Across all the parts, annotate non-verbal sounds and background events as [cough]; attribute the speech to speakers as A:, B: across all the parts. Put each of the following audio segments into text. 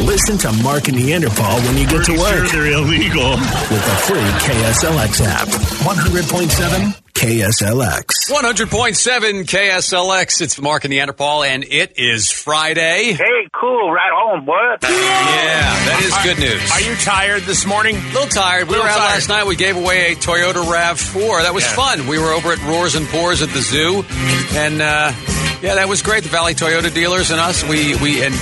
A: Listen to Mark and Neanderthal when you get to
B: Sure,
A: work
B: they're [laughs] illegal.
A: with the free KSLX app. 100.7 KSLX.
C: 100.7 KSLX. It's Mark and Neanderthal, and it is Friday.
D: Hey, cool. Right on, boy.
C: Yeah, that is good news.
B: Are you tired this morning?
C: a little tired? We
B: Little
C: were out
B: tired.
C: last night. We gave away a Toyota RAV4. That was
B: Yeah.
C: fun. We were over at Roars and Pours at the zoo, and uh, yeah, that was great. The Valley Toyota dealers and us, we we and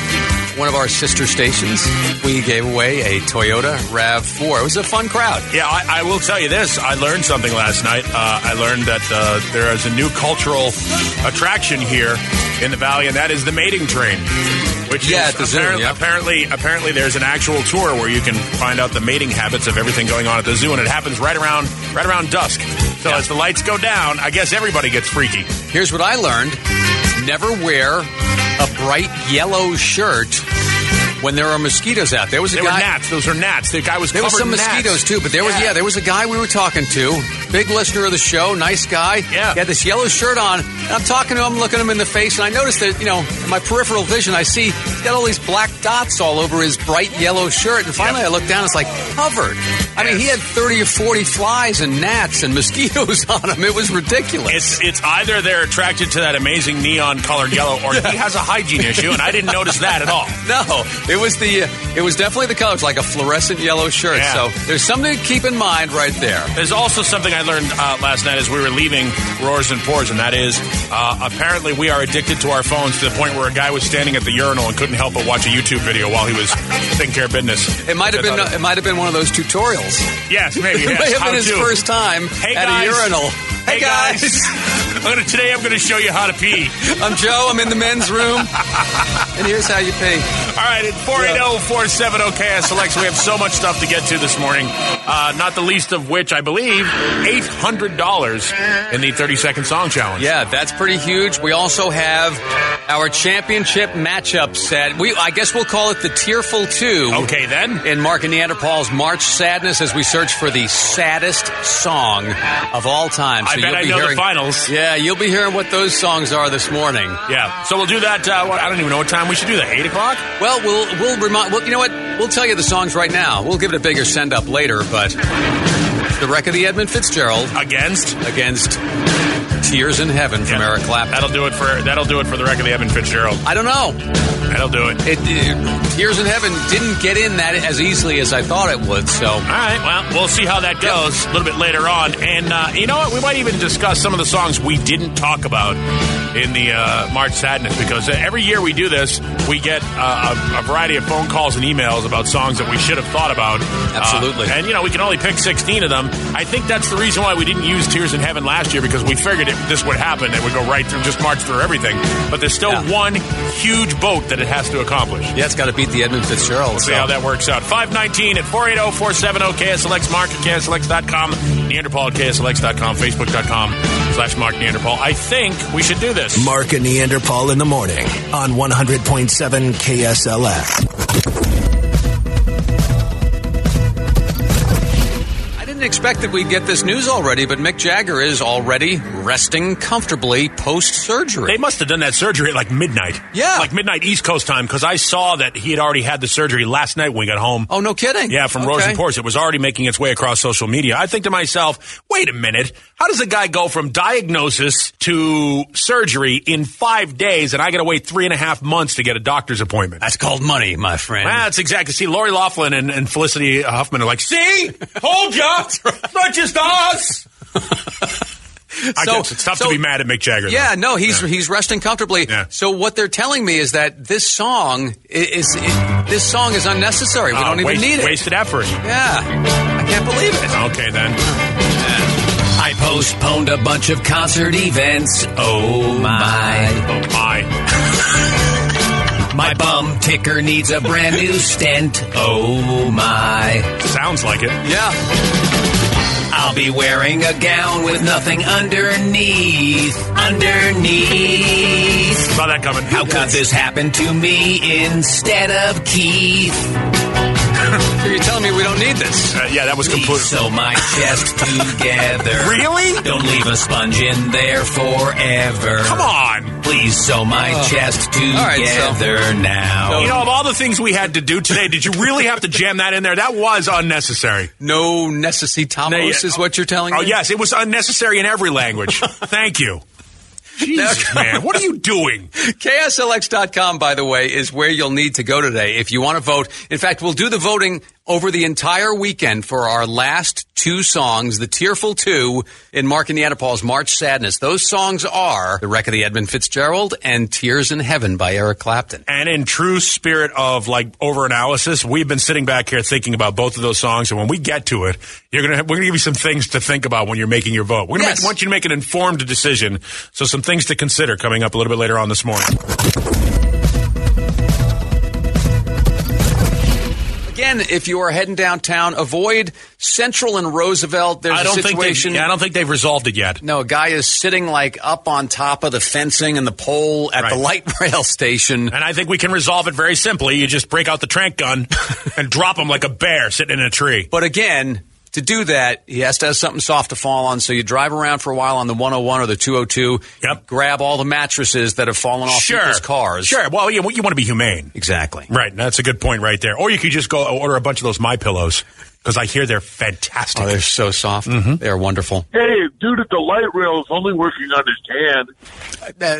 C: one of our sister stations, we gave away a Toyota RAV4. It was a fun crowd.
B: Yeah, I, I will tell you this. I learned something last night. Uh, I learned that uh, there is a new cultural attraction here in the valley, and that is the mating train. Which
C: Yeah,
B: is
C: at the zoo,
B: apparent-
C: yeah.
B: apparently, apparently, there's an actual tour where you can find out the mating habits of everything going on at the zoo, and it happens right around right around dusk. So as the lights go down, I guess everybody gets freaky.
C: Here's what I learned never wear a bright yellow shirt when there are mosquitoes out. There was a
B: They were
C: guy.
B: gnats. Those are gnats. The guy was
C: There were
B: covered
C: some
B: in gnats.
C: mosquitoes too, but there was yeah, there was a guy we were talking to, big listener of the show, nice guy.
B: Yeah.
C: he had this yellow shirt on. And I'm talking to him, looking him in the face, and I noticed that you know in my peripheral vision, I see he's got all these black dots all over his bright yellow shirt, and finally I look down, it's like covered. I mean, he had 30 or 40 flies and gnats and mosquitoes [laughs] on him. It was ridiculous.
B: It's it's either they're attracted to that amazing neon colored yellow, or he has a hygiene issue, and I didn't notice that at all.
C: [laughs] No, it was the uh, it was definitely the colors, like a fluorescent yellow shirt.
B: Yeah.
C: So there's something to keep in mind right there.
B: There's also something I learned uh, last night as we were leaving Roars and Pours, and that is uh, apparently we are addicted to our phones to the point where a guy was standing at the urinal and couldn't help but watch a YouTube video while he was taking care of business.
C: It might have
B: I
C: been
B: thought
C: it might have been one of those tutorials. [laughs]
B: Yes, maybe.
C: It
B: yes,
C: may have
B: how
C: been his
B: to.
C: first time
B: Hey,
C: at
B: guys.
C: a urinal.
B: Hey, guys. I'm gonna, today I'm going to show you how to pee.
C: [laughs] I'm Joe. I'm in the men's room,
B: [laughs]
C: and here's how you pay.
B: All right, at 480-470 KSLX, we have so much stuff to get to this morning. Uh, not the least of which, I believe, $800 in the 30-second song challenge.
C: Yeah, that's pretty huge. We also have our championship matchup set. We I guess we'll call it the tearful two.
B: Okay, then.
C: in Mark and Neanderthals March Sadness as we search for the saddest song of all time.
B: I bet I know the
C: hearing,
B: finals.
C: Yeah, you'll be hearing what those songs are this morning.
B: Yeah. So we'll do that. Uh, what- I don't even know what time we should do that. 8 o'clock?
C: Well, we'll we'll remind. Well, you know what? We'll tell you the songs right now. We'll give it a bigger send up later. But the wreck of the Edmund Fitzgerald
B: Against?
C: against Tears in Heaven from
B: Yeah.
C: Eric Clapton.
B: That'll do it for that'll do it for the record of the Evan Fitzgerald.
C: I don't know.
B: That'll do it.
C: It, it- Tears in Heaven didn't get in that as easily as I thought it would. So
B: All right. Well, we'll see how that goes a little bit later on. And uh, you know what? We might even discuss some of the songs we didn't talk about in the uh, March Sadness because every year we do this, we get uh, a, a variety of phone calls and emails about songs that we should have thought about. Uh,
C: Absolutely.
B: and you know, we can only pick 16 of them. I think that's the reason why we didn't use Tears in Heaven last year because we figured if this would happen, it would go right through, just march through everything. But there's still
C: Yeah.
B: one huge boat that it has to accomplish.
C: yeah, it's got to beat the Edmund Fitzgerald.
B: We'll see how that works out. 519 at 480 470 KSLX, mark at KSLX.com, Neanderthal at KSLX.com, Facebook.com slash Mark Neanderthal. I think we should do this.
A: Mark and Neanderthal in the morning on 100.7 KSLX.
C: I didn't expect that we'd get this news already, but Mick Jagger is already resting comfortably post surgery.
B: They must have done that surgery at like midnight.
C: Yeah.
B: Like midnight East Coast time because I saw that he had already had the surgery last night when we got home.
C: Oh, no kidding.
B: Yeah, from
C: okay.
B: Rosen Ports. It was already making its way across social media. I think to myself, wait a minute. How does a guy go from diagnosis to surgery in five days and I got to wait three and a half months to get a doctor's appointment?
C: That's called money, my friend.
B: Ah, That's exactly. See, Lori Laughlin and, and Felicity Huffman are like, see, told
C: [laughs]
B: ya, not just us. I
C: So-
B: guess it's tough
C: so-
B: to be mad at Mick Jagger. though.
C: Yeah, no, he's he's resting comfortably.
B: Yeah.
C: So what they're telling me is that this song i- is, i this song is unnecessary. We
B: Uh,
C: don't even
B: waste-
C: need it.
B: Wasted effort.
C: Yeah, I can't believe it.
B: Okay, then.
C: I postponed a bunch of concert events. Oh my!
B: Oh my.
C: My bum ticker needs a brand new stent. Oh my!
B: Sounds like it.
C: Yeah,
E: I'll be wearing a gown with nothing underneath. Underneath.
B: Saw that coming.
E: How could this happen to me instead of Keith?
C: so you're telling me we don't need this?
B: Uh, yeah, that was
E: Please
B: complete.
E: sew my chest together.
B: Really?
E: Don't leave a sponge in there forever.
B: Come on.
E: Please sew my chest
C: All right, so-
E: together
C: Oh.
E: now.
B: You know, of all the things we had to do today, did you really have to jam that in there? That was unnecessary.
C: No necessitamos
B: They-
C: is what you're telling
B: Oh,
C: me? [laughs]
B: yes, it was unnecessary in every [laughs] language. Thank you. Jesus, man, what are you doing?
C: KSLX.com, by the way, is where you'll need to go today if you want to vote. In fact, we'll do the voting over the entire weekend for our last two songs, The Tearful Two in Mark and Neanderthals' March Sadness. Those songs are The Wreck of the Edmund Fitzgerald and Tears in Heaven by Eric Clapton.
B: And in true spirit of like over analysis, we've been sitting back here thinking about both of those songs. And when we get to it, you're gonna have, we're gonna give you some things to think about when you're making your vote. We're gonna
C: Yes.
B: make, want you to make an informed decision. So some things to consider coming up a little bit later on this morning.
C: Again, if you are heading downtown, avoid Central and Roosevelt. There's
B: I don't
C: a
B: think
C: situation.
B: they, yeah, I don't think they've resolved it yet.
C: No, a guy is sitting like up on top of the fencing and the pole at the
B: Right.
C: light [laughs] rail station.
B: And I think we can resolve it very simply. You just break out the trank [laughs] gun and drop him like a bear sitting in a tree.
C: But again, to do that, he has to have something soft to fall on. So you drive around for a while on the 101 or the 202.
B: Yep.
C: Grab all the mattresses that have fallen off
B: Sure.
C: people's cars.
B: Sure. Well, you, you want to be humane.
C: Exactly.
B: Right. That's a good point right there. Or you could just go order a bunch of those My Pillows because I hear they're fantastic.
C: Oh, they're so soft.
B: Mm-hmm.
C: They're wonderful.
F: Hey, dude at the light rail is only working on his hand.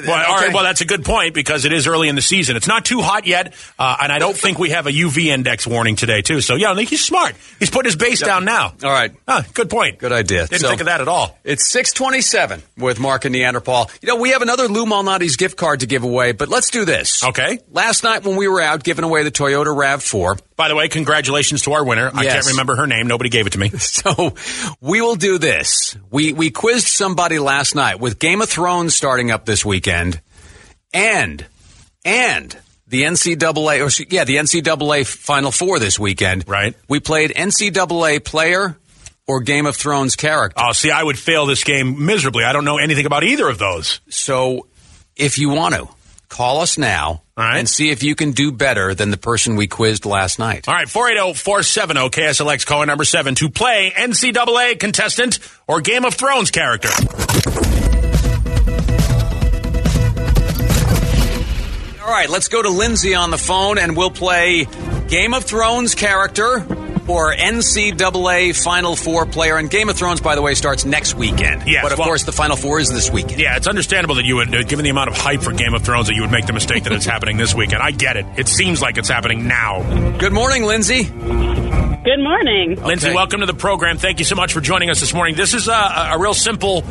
B: well, all right, well, that's a good point because it is early in the season. It's not too hot yet, uh, and I don't think we have a UV index warning today, too. So, yeah, I think he's smart. He's putting his base down now.
C: All right.
B: Huh, good point.
C: Good idea.
B: Didn't
C: So-
B: think of that at all.
C: It's 627 with Mark and Neanderthal. You know, we have another Lou Malnati's gift card to give away, but let's do this.
B: Okay.
C: Last night when we were out giving away the Toyota RAV4,
B: By the way, congratulations to our winner. I
C: Yes.
B: can't remember her name. Nobody gave it to me.
C: [laughs] So we will do this. We we quizzed somebody last night with Game of Thrones starting up this weekend, and and the NCAA or yeah the NCAA Final Four this weekend.
B: Right.
C: We played NCAA player or Game of Thrones character.
B: Oh, see, I would fail this game miserably. I don't know anything about either of those.
C: So if you want to call us now
B: All right.
C: and see if you can do better than the person we quizzed last night.
B: All right, 480-470 KSLX caller number 7 to play NCAA contestant or Game of Thrones character.
C: All right, let's go to Lindsay on the phone and we'll play Game of Thrones character or NCAA Final Four player. And Game of Thrones, by the way, starts next weekend.
B: Yes,
C: but of
B: well-
C: course, the Final Four is this weekend.
B: Yeah, it's understandable that you would, uh, given the amount of hype for Game of Thrones, that you would make the mistake that it's happening this weekend. I get it. It seems like it's happening now.
C: Good morning, Lindsay.
G: Good morning.
B: Lindsay, welcome to the program. Thank you so much for joining us this morning. This is a, a a real simple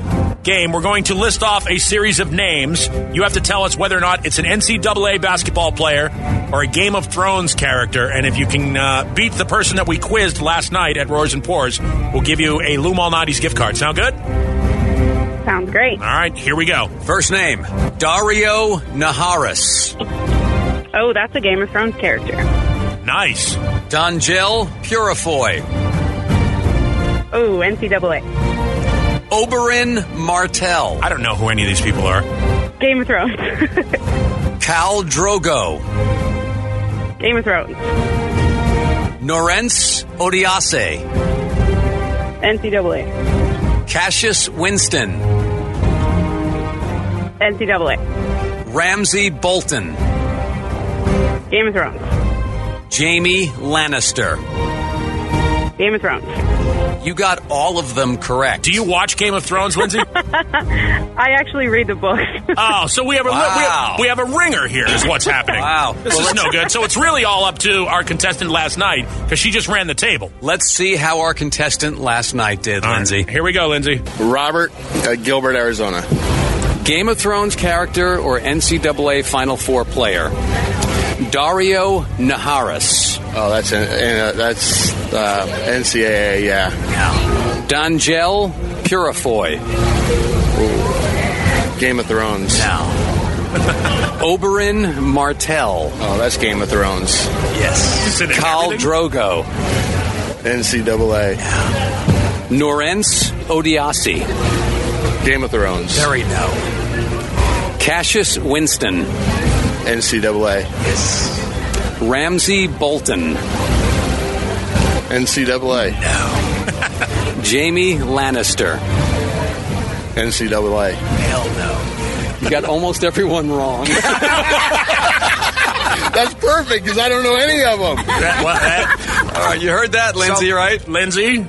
B: game. We're going to list off a series of names. You have to tell us whether or not it's an NCAA basketball player or a Game of Thrones character. And if you can uh, beat the person that we quizzed last night at Roars and Pours, we'll give you a Lou Malnati's gift card. Sound good? All
G: Sounds great.
B: right, here we go.
C: First name Dario Naharis,
G: Oh, that's a Game of Thrones character.
B: Nice.
C: Donjel Purifoy,
G: Oh, NCAA.
C: Oberyn Martell,
B: I don't know who any of these people are.
G: Game of Thrones. [laughs]
C: Cal Drogo,
G: Game of Thrones.
C: Norence Odiase,
G: NCAA.
C: Cassius Winston,
G: NCAA.
C: Ramsey Bolton,
G: Game of Thrones.
C: Jamie Lannister.
G: Game of Thrones.
C: You got all of them correct.
B: Do you watch Game of Thrones, Lindsay?
G: I actually read the book. [laughs]
B: oh, so we have a
C: Wow.
B: we, have, we have a ringer here is what's happening.
C: [laughs] Wow.
B: This
C: Well,
B: is no good. So it's really all up to our contestant last night because she just ran the table.
C: Let's see how our contestant last night did, Lindsay.
B: Here we go, Lindsay.
H: Robert at Gilbert, Arizona.
C: Game of Thrones character or NCAA Final Four player? Dario Naharis,
H: Oh, that's in, in, uh, that's uh, NCAA. Yeah,
C: Donjel Purifoy,
H: Game of Thrones.
C: Oberyn Martell,
H: Oh, that's Game of Thrones.
C: yes,
B: in
C: Khal
B: everything?
C: Drogo,
H: NCAA.
C: Norence Odiasi,
H: Game of Thrones.
C: no, Cassius Winston,
H: NCAA.
C: Ramsey Bolton,
H: NCAA.
C: Jamie Lannister.
H: NCAA.
C: Hell no. You got almost everyone wrong.
H: That's perfect because I don't know any of
B: [laughs]
H: them.
B: That- well, that-
C: [laughs] All right, you heard that, Lindsay,
B: so-
C: right?
B: Lindsay?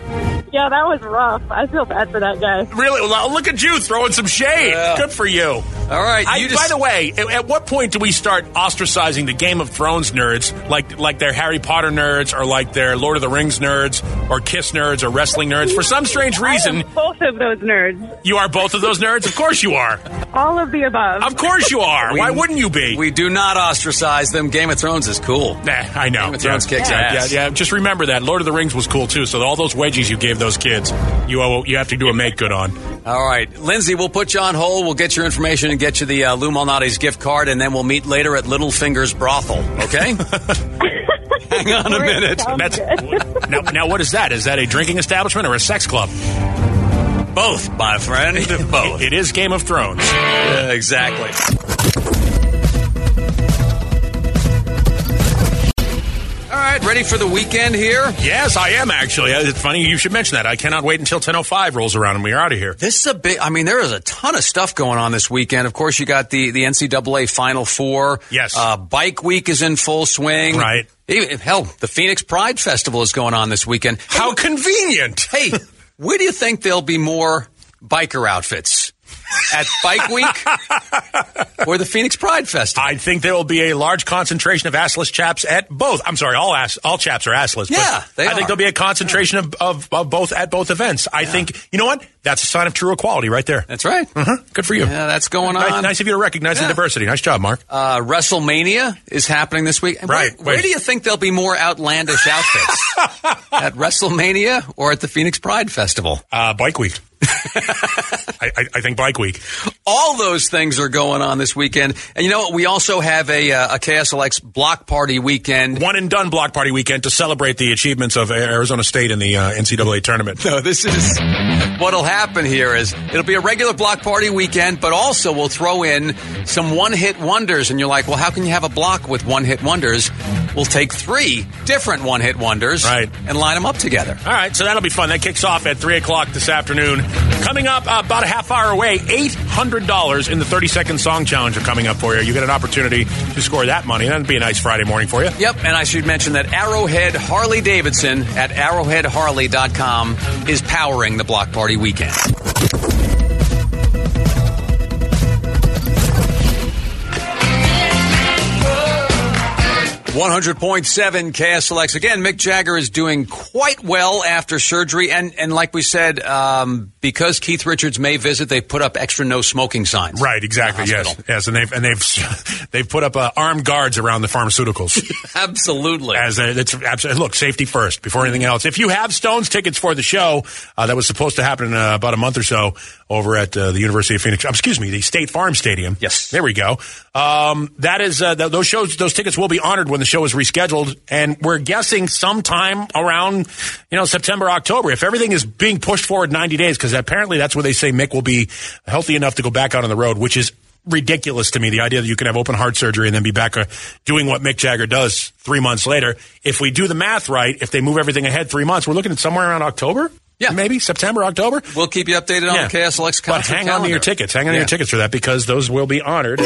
G: Yeah, that was rough. I feel bad for that guy.
B: Really? Well, look at you throwing some shade.
C: Yeah.
B: Good for you.
C: All right,
B: I,
C: you just-
B: by the way, at, at what point do we start ostracizing the Game of Thrones nerds, like like they're Harry Potter nerds, or like they're Lord of the Rings nerds, or Kiss nerds, or wrestling nerds? For some strange
G: I
B: reason,
G: am both of those nerds.
B: you are both of those nerds. Of course you are.
G: All of the above.
B: Of course you are. Why wouldn't you be?
C: We do not ostracize them. Game of Thrones is cool.
B: Nah, I know.
C: Game of Thrones kicks
B: yeah,
C: ass.
B: Yeah, yeah. Just remember that Lord of the Rings was cool too. So all those wedgies you gave those kids, you owe, you have to do a make good [laughs] on.
C: All right, Lindsay, we'll put you on hold. We'll get your information and get you the uh, Lou Malnati's gift card, and then we'll meet later at Little Fingers Brothel. Okay? Hang on a minute.
B: That's [laughs] now, now. What is that? Is that a drinking establishment or a sex club?
C: Both, my friend. Both.
B: It is Game of Thrones.
C: Yeah, exactly. All right, ready for the weekend here?
B: Yes, I am actually. Uh, It's funny you should mention that. I cannot wait until 10:05 rolls around and we are out of here.
C: This is a big. I mean, there is a ton of stuff going on this weekend. Of course, you got the the NCAA Final Four.
B: Yes.
C: Uh, Bike Week is in full swing.
B: Right.
C: Even, hell, the Phoenix Pride Festival is going on this weekend.
B: [laughs] How convenient!
C: Hey, where do you think there'll be more biker outfits at Bike Week
B: [laughs]
C: or the Phoenix Pride Festival?
B: I think there will be a large concentration of assless chaps at both. I'm sorry, all ass, all chaps are assless. but
C: Yeah, they
B: I
C: are.
B: think there'll be a concentration of, of, of both at both events. I think you know what? That's a sign of true equality right there.
C: That's right.
B: Uh-huh. Good for you.
C: Yeah, that's going on.
B: Nice, nice of you to recognize
C: Um, Yeah.
B: the diversity. Nice job, Mark.
C: Uh, WrestleMania is happening this week. And
B: Right,
C: Where, where
B: wait.
C: do you think there'll be more outlandish outfits?
B: [laughs]
C: at WrestleMania or at the Phoenix Pride Festival?
B: Uh, bike
C: [laughs]
B: week. I, I, I think bike week.
C: All those things are going on this weekend. And you know what? We also have a, uh, a KSLX block party weekend.
B: One and done block party weekend to celebrate the achievements of Arizona State in the uh, NCAA tournament.
C: No, this is what'll happen here is it'll be a regular block party weekend, but also we'll throw in some one hit wonders. And you're like, well, how can you have a block with one hit wonders? We'll take three different one hit wonders
B: Right.
C: and line them up together.
B: All right, so that'll be fun. That kicks off at 3 o'clock this afternoon. Coming up uh, about a half hour away, $800 in the 30 second song challenge are coming up for you. You get an opportunity to score that money. That'd be a nice Friday morning for you.
C: Yep, and I should mention that Arrowhead Harley Davidson at arrowheadharley.com is powering the block party weekend. One hundred point seven KSLX again. Mick Jagger is doing quite well after surgery, and and like we said, um, because Keith Richards may visit, they put up extra no smoking signs.
B: Right, exactly. Yes,
C: Hospital.
B: yes, and they've and they've [laughs] they've put up uh, armed guards around the pharmaceuticals.
C: absolutely.
B: As a, it's absolutely look safety first before anything else. If you have Stones tickets for the show uh, that was supposed to happen in uh, about a month or so over at uh, the University of Phoenix, uh, excuse me, the State Farm Stadium.
C: Yes.
B: there we go. Um, that is uh, th- those shows. Those tickets will be honored when the show is rescheduled, and we're guessing sometime around you know September October if everything is being pushed forward ninety days because apparently that's where they say Mick will be healthy enough to go back out on the road, which is. Ridiculous to me the idea that you can have open heart surgery and then be back uh, doing what Mick Jagger does three months later. If we do the math right, if they move everything ahead three months, we're looking at somewhere around October,
C: Yeah.
B: maybe September, October.
C: We'll keep you updated on the KSLX concert
B: But hang on to your
C: calendar.
B: tickets. Hang on to
C: Yeah.
B: your tickets for that because those will be honored.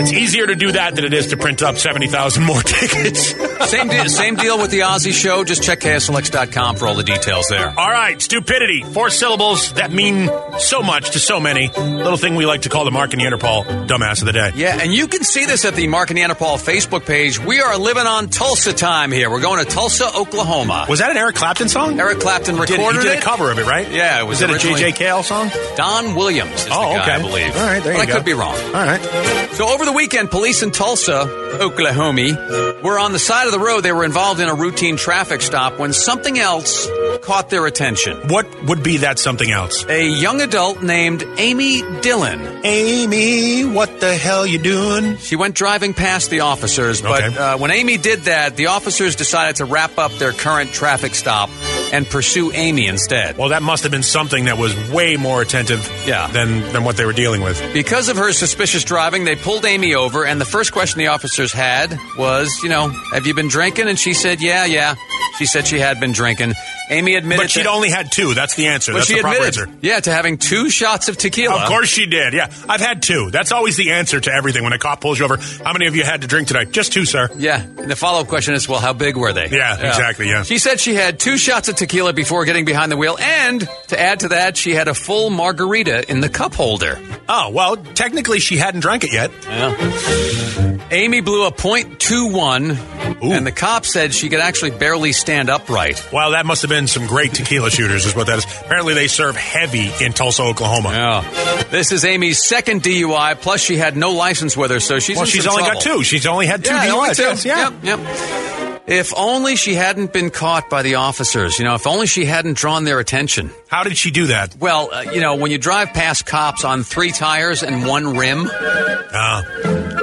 B: It's easier to do that than it is to print up 70,000 more [laughs] tickets.
C: Same, de- same deal with the Aussie show. Just check KSLX.com for all the details there.
B: All right, stupidity. Four syllables that mean so much to so many. Little thing we like to call the Mark and Neanderthal dumbass of the day.
C: Yeah, and you can see this at the Mark and Paul Facebook page. We are living on Tulsa time here. We're going to Tulsa, Oklahoma.
B: Was that an Eric Clapton song?
C: Eric Clapton
B: did, he
C: recorded
B: did
C: it?
B: a cover of it, right?
C: Yeah, it was
B: Is it a
C: originally-
B: J.J. Cale song?
C: Don Williams is
B: Oh,
C: the guy,
B: okay.
C: I believe.
B: All right, there
C: but
B: you
C: I
B: go.
C: could be wrong.
B: All right.
C: So over the weekend, police in Tulsa, Oklahoma, were on the side of the road. They were involved in a routine traffic stop when something else caught their attention.
B: What would be that something else?
C: A young adult named Amy Dillon
B: Amy, what the hell you doing?
C: She went driving past the officers, but
B: Okay.
C: uh, when Amy did that, the officers decided to wrap up their current traffic stop and pursue Amy instead.
B: Well, that must have been something that was way more attentive
C: Yeah.
B: than, than what they were dealing with.
C: Because of her suspicious driving, they pulled Amy over, and the first question the officers had was, you know, have you been drinking? And she said, yeah, yeah. She said she had been drinking. Amy admitted
B: But she'd
C: that-
B: only had two. That's the answer.
C: but
B: That's
C: she
B: the proper
C: admitted,
B: answer.
C: yeah, to having two shots of tequila.
B: Of course she did. Yeah, I've had two. That's always the answer to everything when a cop pulls you over. How many of you had to drink tonight? Just two, sir.
C: Yeah. And the follow up question is, well, how big were they?
B: Yeah, exactly, yeah.
C: She said she had two shots of tequila before getting behind the wheel, and to add to that, she had a full margarita in the cup holder.
B: Oh well, technically she hadn't drank it yet.
C: Amy blew a .21,
B: Ooh.
C: and the cop said she could actually barely stand upright.
B: Well, that must have been some great tequila shooters, is what that is. Apparently, they serve heavy in Tulsa, Oklahoma.
C: Yeah. Oh. This is Amy's second DUI, plus she had no license with her, so she's
B: Well,
C: in
B: she's
C: some
B: only got
C: trouble.
B: two. She's only had two
C: yeah, only
B: DUIs.
C: two.
B: Yes, yeah.
C: Yep, yep. If only she hadn't been caught by the officers. You know, if only she hadn't drawn their attention.
B: How did she do that?
C: Well, uh, you know, when you drive past cops on three tires and one rim,
B: Uh,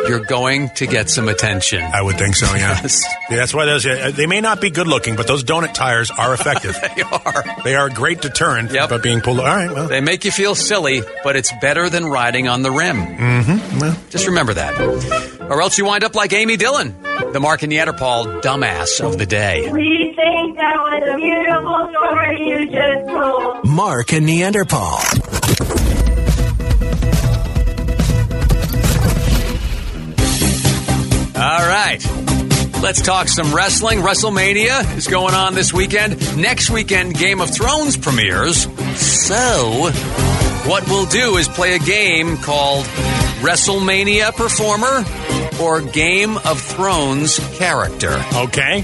C: you're going to get some [laughs] attention.
B: I would think so. Yeah.
C: Yes.
B: yeah that's why those uh, they may not be good looking, but those donut tires are
C: [laughs]
B: effective.
C: They are.
B: they are a great deterrent
C: Yep.
B: about being pulled. All right. Well,
C: They make you feel silly, but it's better than riding on the rim. Mm-hmm. Just remember that. Or else you wind up like Amy Dillon, the Mark and Paul dumbass of the day.
I: We think that was a beautiful story you just told.
A: Mark and Neanderthal.
C: All right. Let's talk some wrestling. WrestleMania is going on this weekend. Next weekend, Game of Thrones premieres. So, what we'll do is play a game called WrestleMania Performer or Game of Thrones Character.
B: okay.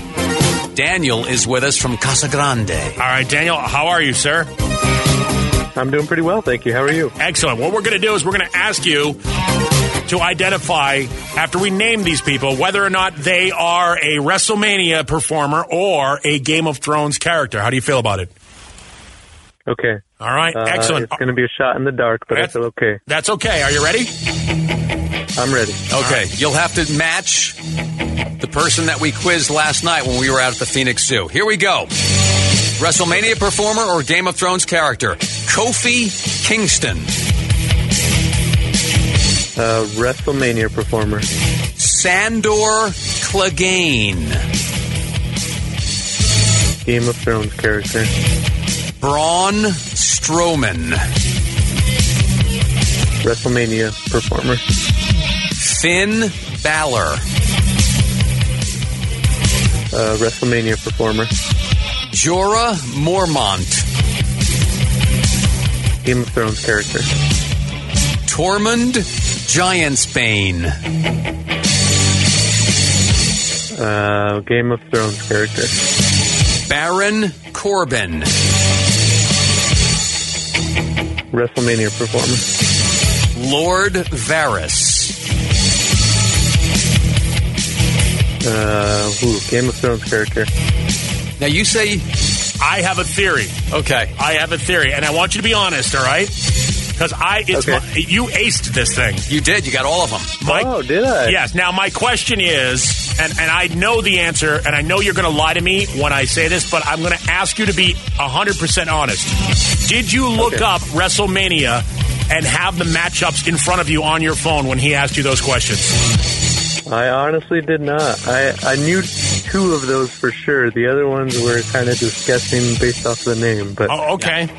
C: Daniel is with us from Casa Grande.
B: All right, Daniel. How are you, sir?
J: I'm doing pretty well, thank you. How are you?
B: Excellent. What we're going to do is we're going to ask you to identify, after we name these people, whether or not they are a WrestleMania performer or a Game of Thrones character. How do you feel about it?
J: Okay.
B: All right.
J: Uh,
B: Excellent.
J: It's going to be a shot in the dark, but
B: That's-
J: it's okay.
B: That's okay. Are you ready?
J: I'm ready.
C: Okay, you'll have to match the person that we quizzed last night when we were out at the Phoenix Zoo. Here we go. WrestleMania performer or Game of Thrones character? Kofi Kingston.
J: Uh, WrestleMania performer.
C: Sandor Clegane.
J: Game of Thrones character.
C: Braun Strowman.
J: WrestleMania performer.
C: Finn Balor.
J: Uh, WrestleMania performer.
C: Jorah Mormont.
J: Game of Thrones character.
C: Tormund Giantsbane.
J: Uh, Game of Thrones character.
C: Baron Corbin.
J: WrestleMania performer.
C: Lord Varys.
J: Uh, ooh, Game of Thrones character.
C: Now you say,
B: I have a theory.
C: okay,
B: I have a theory, and I want you to be honest. All right. Because I, it's
J: Okay.
B: my, you aced this thing.
C: you did, you got all of them.
B: My,
J: Oh, did I?
B: Yes. Now my question is, and, and I know the answer, and I know you're going to lie to me when I say this, but I'm going to ask you to be 100 percent honest. Did you look
J: Okay.
B: up WrestleMania and have the matchups in front of you on your phone when he asked you those questions?
J: I honestly did not. I, I knew two of those for sure. The other ones were kind of just guessing based off the name, but
B: Oh, okay.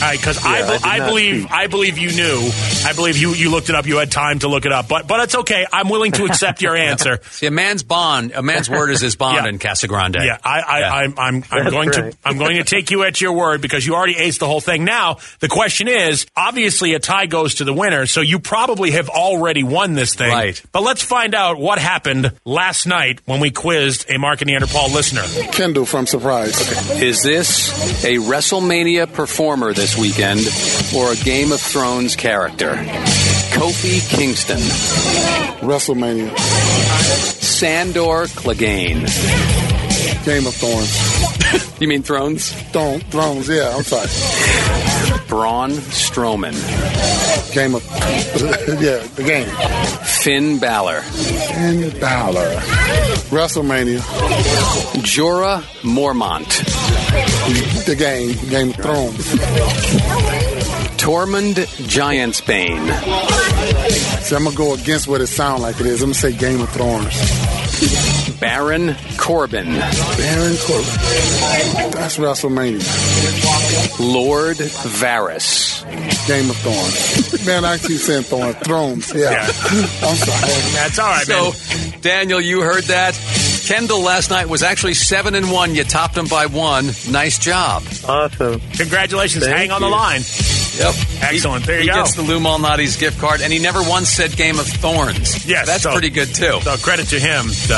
B: All right, because I,
J: Yeah, I
B: be-
J: did
B: I,
J: not
B: believe
J: cheat.
B: I believe you knew. I believe you you looked it up. You had time to look it up, but but it's okay. I'm willing to accept your answer.
C: See, a man's bond, a man's word is his bond
B: [laughs] Yeah.
C: in Casa Grande.
B: Yeah, I, I,
C: Yeah.
B: I'm, I'm, I'm
J: That's
B: going
J: right.
B: to, I'm going to take you at your word because you already aced the whole thing. Now the question is, obviously a tie goes to the winner, so you probably have already won this thing.
C: Right.
B: But let's find out what happened last night when we quizzed a Mark and Neanderthal listener.
H: Kendall from Surprise.
C: Is this a WrestleMania performer this weekend or a Game of Thrones character? Kofi Kingston,
H: WrestleMania.
C: Sandor Clegane.
H: Game of Thorns.
C: [laughs] You mean Thrones?
H: Thorn, thrones, yeah, I'm sorry.
C: Braun Strowman,
H: Game of, [laughs] yeah, the game.
C: Finn Balor,
H: And Balor. WrestleMania.
C: Jorah Mormont,
H: The game. Game of Thrones.
C: Tormund Giantsbane,
H: So I'm going to go against what it sounds like it is. I'm going to say Game of Thrones.
C: Baron Corbin,
J: Baron Corbin. That's WrestleMania.
C: Lord Varus.
J: Game of Thorns. man, I keep saying Thorn. Thrones. Yeah. [laughs] I'm sorry.
B: That's all right,
C: so, Daniel, you heard that. Kendall last night was actually seven and one. You topped him by one. Nice job.
K: Awesome.
B: Congratulations.
K: Thank
B: Hang on the
K: you.
B: line.
C: Yep.
B: Excellent. There you
C: he
B: go.
C: gets the Lou Malnati's gift card, and he never once said Game of Thorns.
B: Yes,
C: That's
B: so-
C: pretty good, too.
B: So credit to him. So,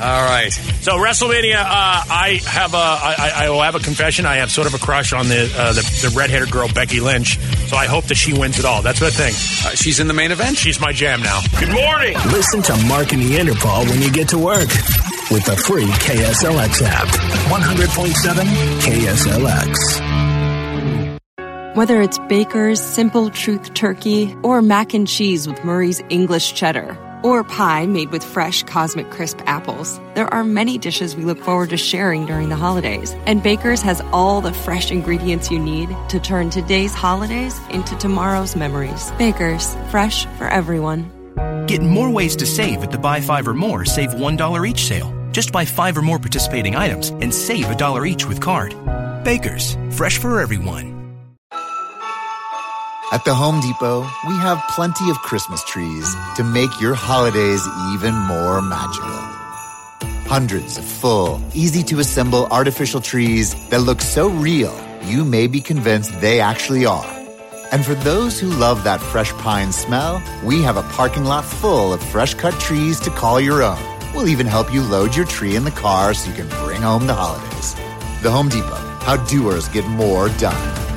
C: All right.
B: so WrestleMania. Uh, I have a. I, I- I will have a confession. I have sort of a crush on the uh, the, the redheaded girl Becky Lynch. So I hope that she wins it all. That's my thing.
C: Uh, she's in the main event.
B: She's my jam now.
L: Good morning.
A: Listen to Mark and Neanderthal when you get to work with the free KSLX app. 100.7 KSLX.
E: Whether it's Baker's Simple Truth Turkey or mac and cheese with Murray's English Cheddar or pie made with fresh Cosmic Crisp apples, there are many dishes we look forward to sharing during the holidays. And Baker's has all the fresh ingredients you need to turn today's holidays into tomorrow's memories. Baker's, fresh for everyone.
M: Get more ways to save at the buy five or more, save $1 each sale. Just buy five or more participating items and save a dollar each with card. Baker's, fresh for everyone.
N: At the Home Depot, we have plenty of Christmas trees to make your holidays even more magical. Hundreds of full, easy to assemble artificial trees that look so real, you may be convinced they actually are. And for those who love that fresh pine smell, we have a parking lot full of fresh cut trees to call your own. We'll even help you load your tree in the car so you can bring home the holidays. The Home Depot, how doers get more done.